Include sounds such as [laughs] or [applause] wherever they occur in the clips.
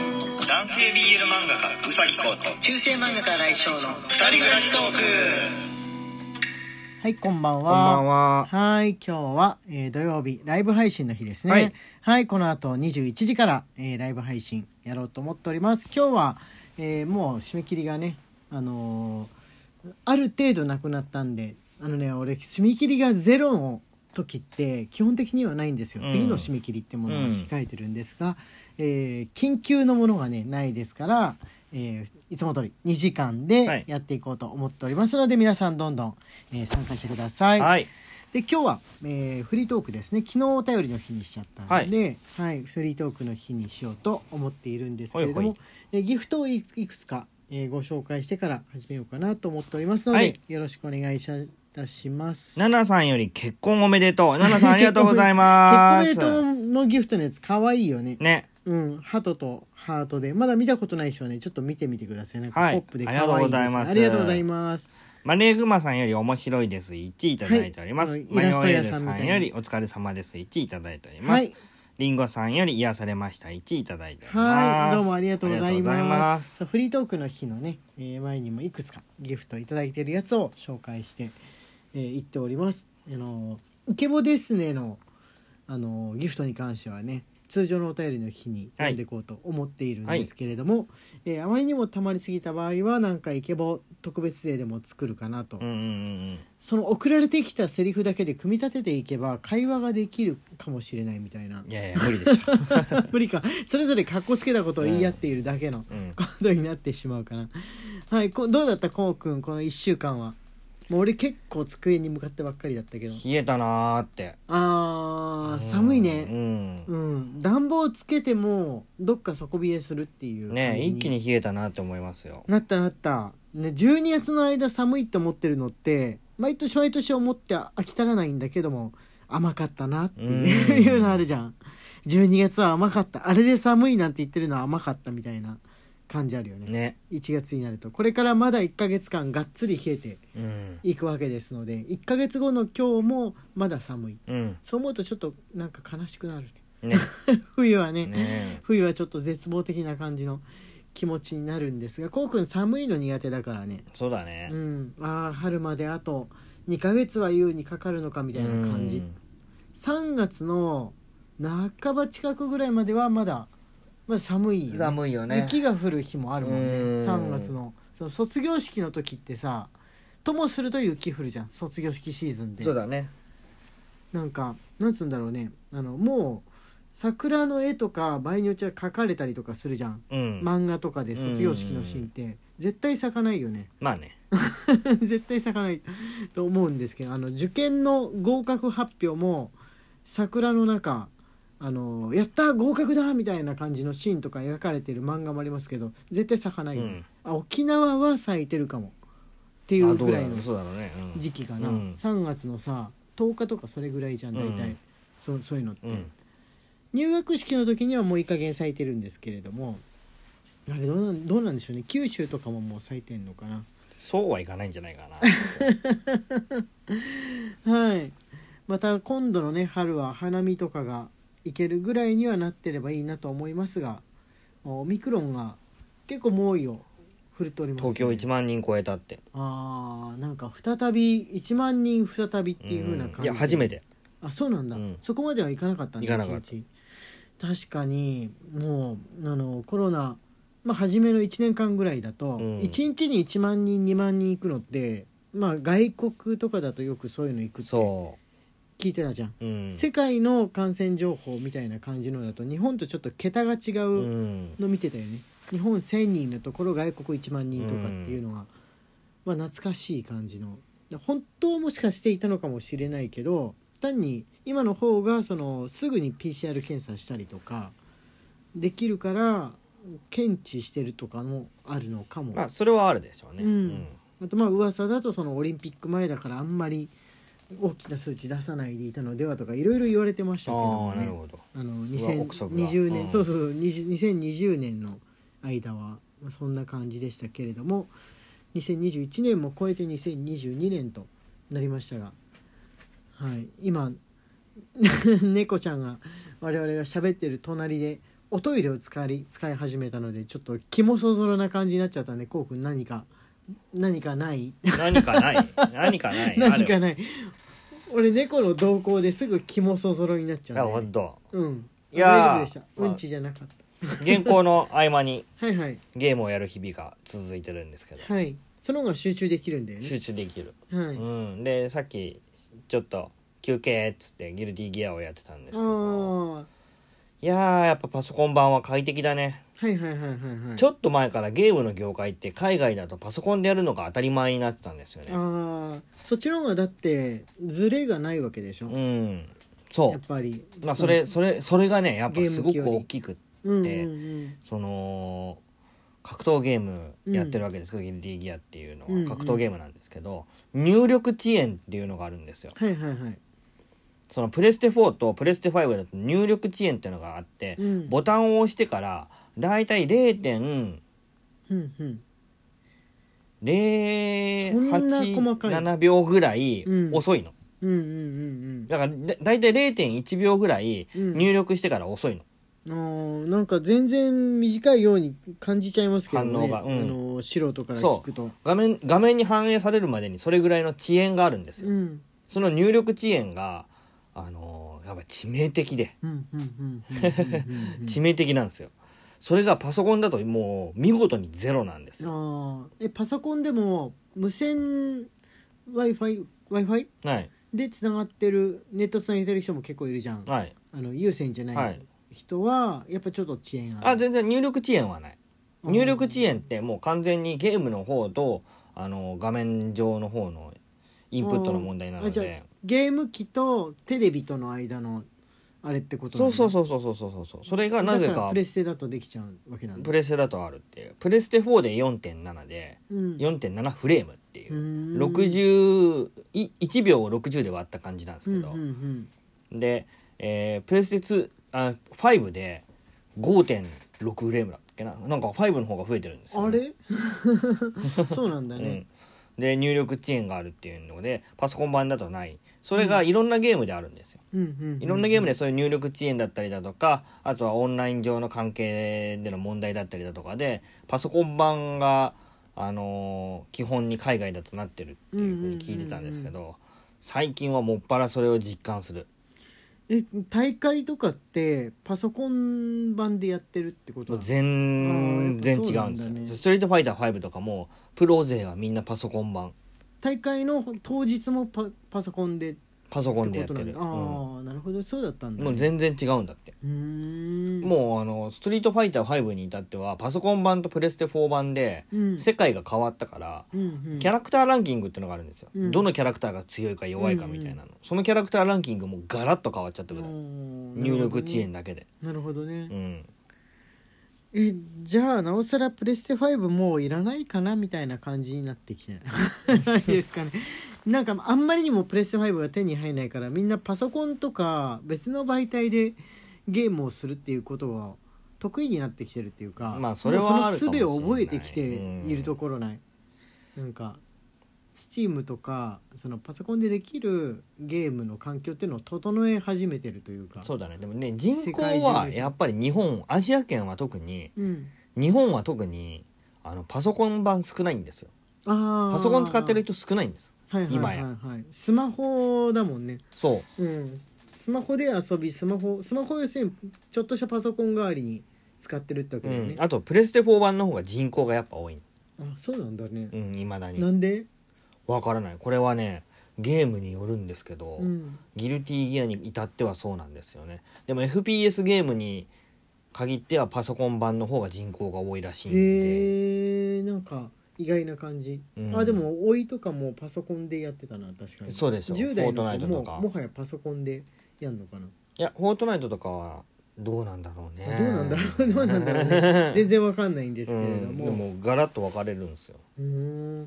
男性 BL 漫画家うさぎこうと中世漫画家来翔の二人暮らしトークはい、こんばんは。こんばんは。はい、今日は、えー土曜日ライブ配信の日ですね。ははいい、この後21時から、えーライブ配信やろうと思っております。今日は、えーもう締め切りがね、あのーある程度なくなったんで、あのね、俺締め切りがゼロの時って基本的にはないんですよ。うん次の締め切りってものを控えてるんですが、えー緊急のものがねないですから。えーいつも通り2時間はでいやっていこうと思っておりますので、皆さんどんどん、えー参加してください。はい。で今日は、えーフリートークですね昨日お便りの日にしちゃったので、はいフリートークの日にしようと思っているんですけれども、ほいほいえーギフトをいくいくつか、えーご紹介してから始めようかなと思っておりますので、はいよろしくお願いいたします。ナナさんより結婚おめで [laughs] とう。ナナさんありがとうございます。結婚おめでとうのギフトのやつ可愛いよね。ね。うん、ハトとハートでまだ見たことない人はねちょっと見てみてくださいなんかはいポップで可愛いです、ねあありりががととううごござざいいますマレーグマさんより面白いです。1いただいております。はいマヨエルイラスト屋さんみさたいんなよりお疲れ様です。1いただいております。はいリンゴさんより癒されました。1いただいておりはまい、す。どうもありがとうございありがとうございま。ますフリートークの日のね、えー前にもいくつかギフトいただいてるやつを紹介して、えー、言っております。あのーイケボですねのあのーギフトに関してはね、通常のお便りの日に読んでいこうと思っているんですけれども、えーあまりにも溜まりすぎた場合はなんかイケボ特別税でも作るかなと、うんうんうんその送られてきたセリフだけで組み立てていけば会話ができるかもしれないみたいなうん。いやいや、無理でしょ。 [laughs] 無理かそれぞれかっこつけたことを言い合っているだけのうんことになってしまうかな、はいこどうだったこうくんこの1週間はもう俺結構机に向かってばっかりだったけど冷えたなーって。あー寒いねうん。うん暖房つけてもどっか底冷えするっていう感ねじ一気に冷えたなって思いますよ。なったなった、ね、12月の間寒いって思ってるのって毎年毎年思って飽き足らないんだけども甘かったなっていううんいうのあるじゃん12月は甘かったあれで寒いなんて言ってるのは甘かったみたいな感じあるよねね。 1月になるとこれからまだ1ヶ月間がっつり冷えてうん。いくわけですので1ヶ月後の今日もまだ寒いうん。そう思うとちょっとなんか悲しくなるねね。 [laughs] 冬はね [laughs] ね。冬はちょっと絶望的な感じの気持ちになるんですがこうくん寒いの苦手だからねそうだねう。んああ春まであと2ヶ月は優にかかるのかみたいな感じうん3月の半ば近くぐらいまではまだまだ寒いよね寒いよね。雪が降る日もあるもんねうん3月のその卒業式の時ってさともすると雪降るじゃん卒業式シーズンでそうだね。なんかなんつうんだろうねあのもう桜の絵とか場合によっちゃ描かれたりとかするじゃんうん。ま漫画とかで卒業式のシーンって絶対咲かないよね [laughs] あね。絶対咲かないと思うんですけどあの受験の合格発表も桜の中あのやった合格だみたいな感じのシーンとか描かれてる漫画もありますけど絶対咲かないよね、うんあ沖縄は咲いてるかもっていまあうどぐうらだいろのう。そうだろうね。うん時期かな、うん3月のさ10日とかそれぐらいじゃん大体、うんそうそういうのって、うん入学式の時にはもういい加減咲いてるんですけれどもあれどうなんどうなんでしょうね九州とかももう咲いてんのかなそうはいかないんじゃないか [laughs] な。はいまた今度のね春は花見とかが行けるぐらいにはなってればいいなと思いますがオミクロンが結構猛威を振るっておりますね、東京1万人超えたって。あーなんか再び1万人再びっていう風な感じうんいや初めて。あそうなんだ、うんそこまではいかなかったんだいかなかった一日確かにもうあのコロナ、まあ、初めの1年間ぐらいだと、うん1日に1万人2万人行くのって、まあ、外国とかだとよくそういうの行くってそ聞いてたじゃん、う。うん。世界の感染情報みたいな感じのだと日本とちょっと桁が違う。うんの見てたよね、日本1,000人のところ外国1万人とかっていうのが、まあ、懐かしい感じので本当はもしかしていたのかもしれないけど単に今の方がそのすぐに PCR 検査したりとかできるから検知してるとかもあるのかも、まああ、それはあるでしょうね。うんとまあ噂だとそのオリンピック前だからあんまり大きな数値出さないでいたのではとかいろいろ言われてましたけどあもあ、なねる。ほど。あのうわ憶測が2020年、うんそうそうそう20 2020年の間はまあそんな感じでしたけれども2021年も超えて2022年となりましたが、 [laughs] はい、今猫ちゃんが我々が喋ってる隣でおトイレを使い使い始めたのでちょっと気もそぞろな感じになっちゃったんでこうくん何か何かない何か [laughs] ない。何かない。何かい。ない俺猫の動向ですぐ気もそぞろになっちゃあ、うんだよね本当。うんい大やー丈夫でしたまうあんちじゃなかっ原稿の合間にたはいはいゲームをやる日々が続いてるんですけど、はいその方が集中できるんだよ集ね中できる。はういん。で、さっき、ちょっと、休憩っつってギルディギアをやってたんですけあど、あいやー、やっぱパソコン版は快適だね。はいはいはいはいはいちょっと前からゲームの業界って海外だとパソコンでやるのが当たり前になってたんですよね。ああそっちの方がだってズレがないわけでしょ、うん。やそっぱりう。まあ、それ、それ、それがね、やっぱすごゲームく機より大きくってうんうんでうんその格闘ゲームやってるわけですけど、ギルディギアっていうのうんうんは格闘ゲームなんですけど、入力遅延っていうのがあるんですよはいはいはいそのプレステ4とプレステ5だと入力遅延っていうのがあって、うんボタンを押してからだいたいうんうんそんな細かい0.087秒ぐらいうん遅いの、うんうんうんだからだだいたい0.1秒ぐらいうん入力してから遅いうんの、あーなんか全然短いように感じちゃいますけどね反応がうんあの素人から聞くと画面画面に反映されるまでにそれぐらいの遅延があるんですよ、うんその入力遅延があのーやっぱ致命的でうんうんうんうんうんうん [laughs] うん致命的なんですよ、それがパソコンだともう見事にゼロなんですよ、あーえパソコンでも無線 w i f i w i f i はいでつながってるネットつなげてる人も結構いるじゃんはいあの有線じゃはないい人はやっぱちょっと遅延あある全然入力遅延はないうん入力遅延ってもう完全にゲームの方とあの画面上の方のインプットの問題なのあじゃあでゲーム機とテレビとの間のあれってことそうそううそうそうそうそうそうそうそれがなぜだらかプレステだとできちゃうわけなんだプレステだとあるっていうプレステ4で4.7でうん4.7フレームっていうーんう61秒を60で割った感じなんですけど、うんうんで、えープレステ2あ5で5.6フレームだっけななんか5の方が増えてるんですうんよあね、れ [laughs] そうなんだね、うん、で入力遅延があるっていうのでパソコン版だとないそれがいろんなゲームであるんですよ、うんうんうん、いろんなゲームでそういう入力遅延だったりだとかあとはオンライン上の関係での問題だったりだとかでパソコン版が、あのー基本に海外だとなってるっていうふうに聞いてたんですけど、最近はもっぱらそれを実感するえ大会とかってパソコン版でやってるってことなもうの全然違うんですあーやっぱそうなんよ、だねストリートファイター5とかもプロ勢はみんなパソコン版大会の当日もパパソコンでってパソコンでやっことなてんるだああうんー、なるほどそうだったんだ、ね、もう全然違うんだって、うーんもうあのストリートファイター5に至ってはパソコン版とプレステ4版でうん世界が変わったから、うんうんキャラクターランキングってのがあるんですよ、うんどのキャラクターが強いか弱いかみたいなの、そのキャラクターランキングもガラッと変わっちゃったぐらい、うん入力遅延だけで、なるほどね、うん、えじゃあなおさらプレステ5もういらないかなみたいな感じになってきて [laughs] ないないですかねなんかあんまりにもプレステ5が手に入らないからみんなパソコンとか別の媒体でゲームをするっていうことが得意になってきてるっていうか、まあそれはもうあるかそものしれ術をない覚えてきているところない、なんか Steam とかそのパソコンでできるゲームの環境っていうのを整え始めてるというかそうだねでもね人口世界中はの人やっぱり日本アジア圏は特にうん、日本は特にあのパソコン版少ないんですよあパソコン使ってる人人少ないんですはいはいはいはい、スマホだもんね、そううん、スマホで遊びスマホスマホを要するにちょっとしたパソコン代わりに使ってるってわけうだよんね、あとプレステ4版の方が人口がやっぱ多いあそうなんだねう、んいまなだにんで、わからないこれはねゲームによるんですけど、うん、ギルティギアに至ってはそうなんですよねでも FPS ゲームに限ってはパソコン版の方が人口が多いらしいんで、へえんか意外な感じ、うんあでも老いとかもパソコンでやってたな確かにそうでしょ10代フォートのナイ子トもとかもはやパソコンでやんのかな、いやフォートナイトとかはどうなんだろうねどうなんだろうどうなんだろうね全然わかんないんですけれどうんでももガラッと分かれるんですようー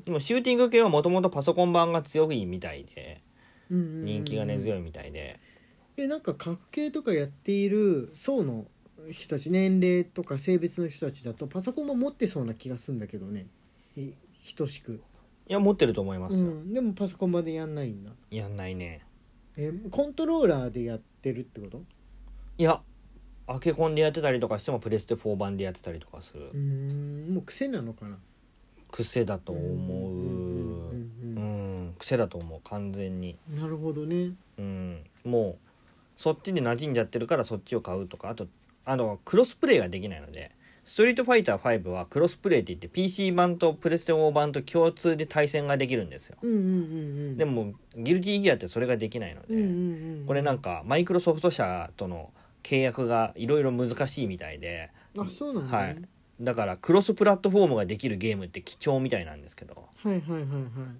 んでもシューティング系はもともとパソコン版が強いみたいでうん人気が根い強いみたいで、えなんか格系とかやっている層の人たち年齢とか性別の人たちだとパソコンも持ってそうな気がするんだけどねい等しく、いや持ってると思いまうすよ、ん、でもパソコンまでやんないんだやんないねえコントローラーでやってるってこといやアケコンでやってたりとかしてもプレステ4版でやってたりとかする、うーんもう癖なのかな癖だと思ううんうんうんううん癖だと思う完全に、なるほどねうん、もうそっちで馴染んじゃってるからそっちを買うとかあとあのクロスプレイができないので「ストリートファイター5」はクロスプレイって言って PC 版とプレステ4版と共通で対戦ができるんですようんうんうんうんでもギルティギアってそれができないので、うんうんうんこれなんかマイクロソフト社との契約がいろいろ難しいみたいであそうなんだ、はねいだからクロスプラットフォームができるゲームって貴重みたいなんですけどはい、はいはいは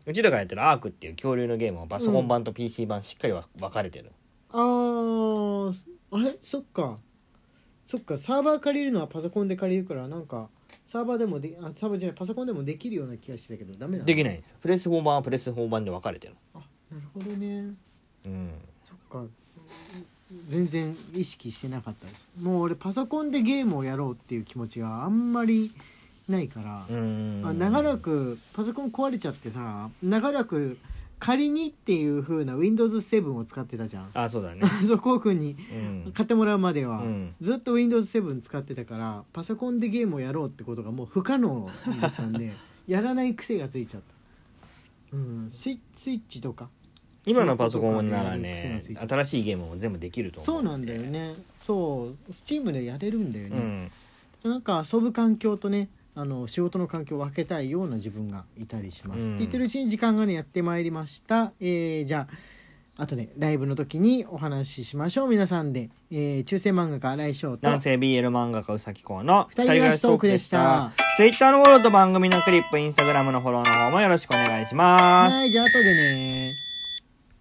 いうちらがやってるアークっていう恐竜のゲームはパソコン版と PC 版しっかりわ分かれてる、あーあれそっかそっかサーバー借りるのはパソコンで借りるからなんかサーバーでもであサーバーじゃないパソコンでもできるような気がしてたけどダメなのできないんですよプレス4版はプレス4版で分かれてるあなるほどねうんそっか全然意識してなかったですもう俺パソコンでゲームをやろうっていう気持ちがあんまりないから、うんあ長らくパソコン壊れちゃってさ長らく仮にっていう風な Windows7 を使ってたじ [laughs] ゃんあそう [laughs] だね、そうこうくんにうん、買ってもらうまでは、うんずっと Windows7 使ってたからパソコンでゲームをやろうってことがもう不可能だったん [laughs] でやらない癖がついちゃった、うん、スイスイッチとか今のパソコンならスイッチとかでやる癖がねついちゃった新しいゲームも全部できると思そうなんだよねそうスチームでやれるんだようね、んなんか遊ぶ環境とねあの仕事の環境を分けたいような自分がいたりします、うんって言ってるうちに時間がねやってまいりました、えーじゃああとねライブの時にお話ししましょう皆さんで、えー、中世漫画家来翔と男性 BL 漫画家うさきこうの二人暮らしトークでした。 Twitter のフォローと番組のクリップ、Instagram のフォローの方もよろしくお願いします。はいじゃあ後でね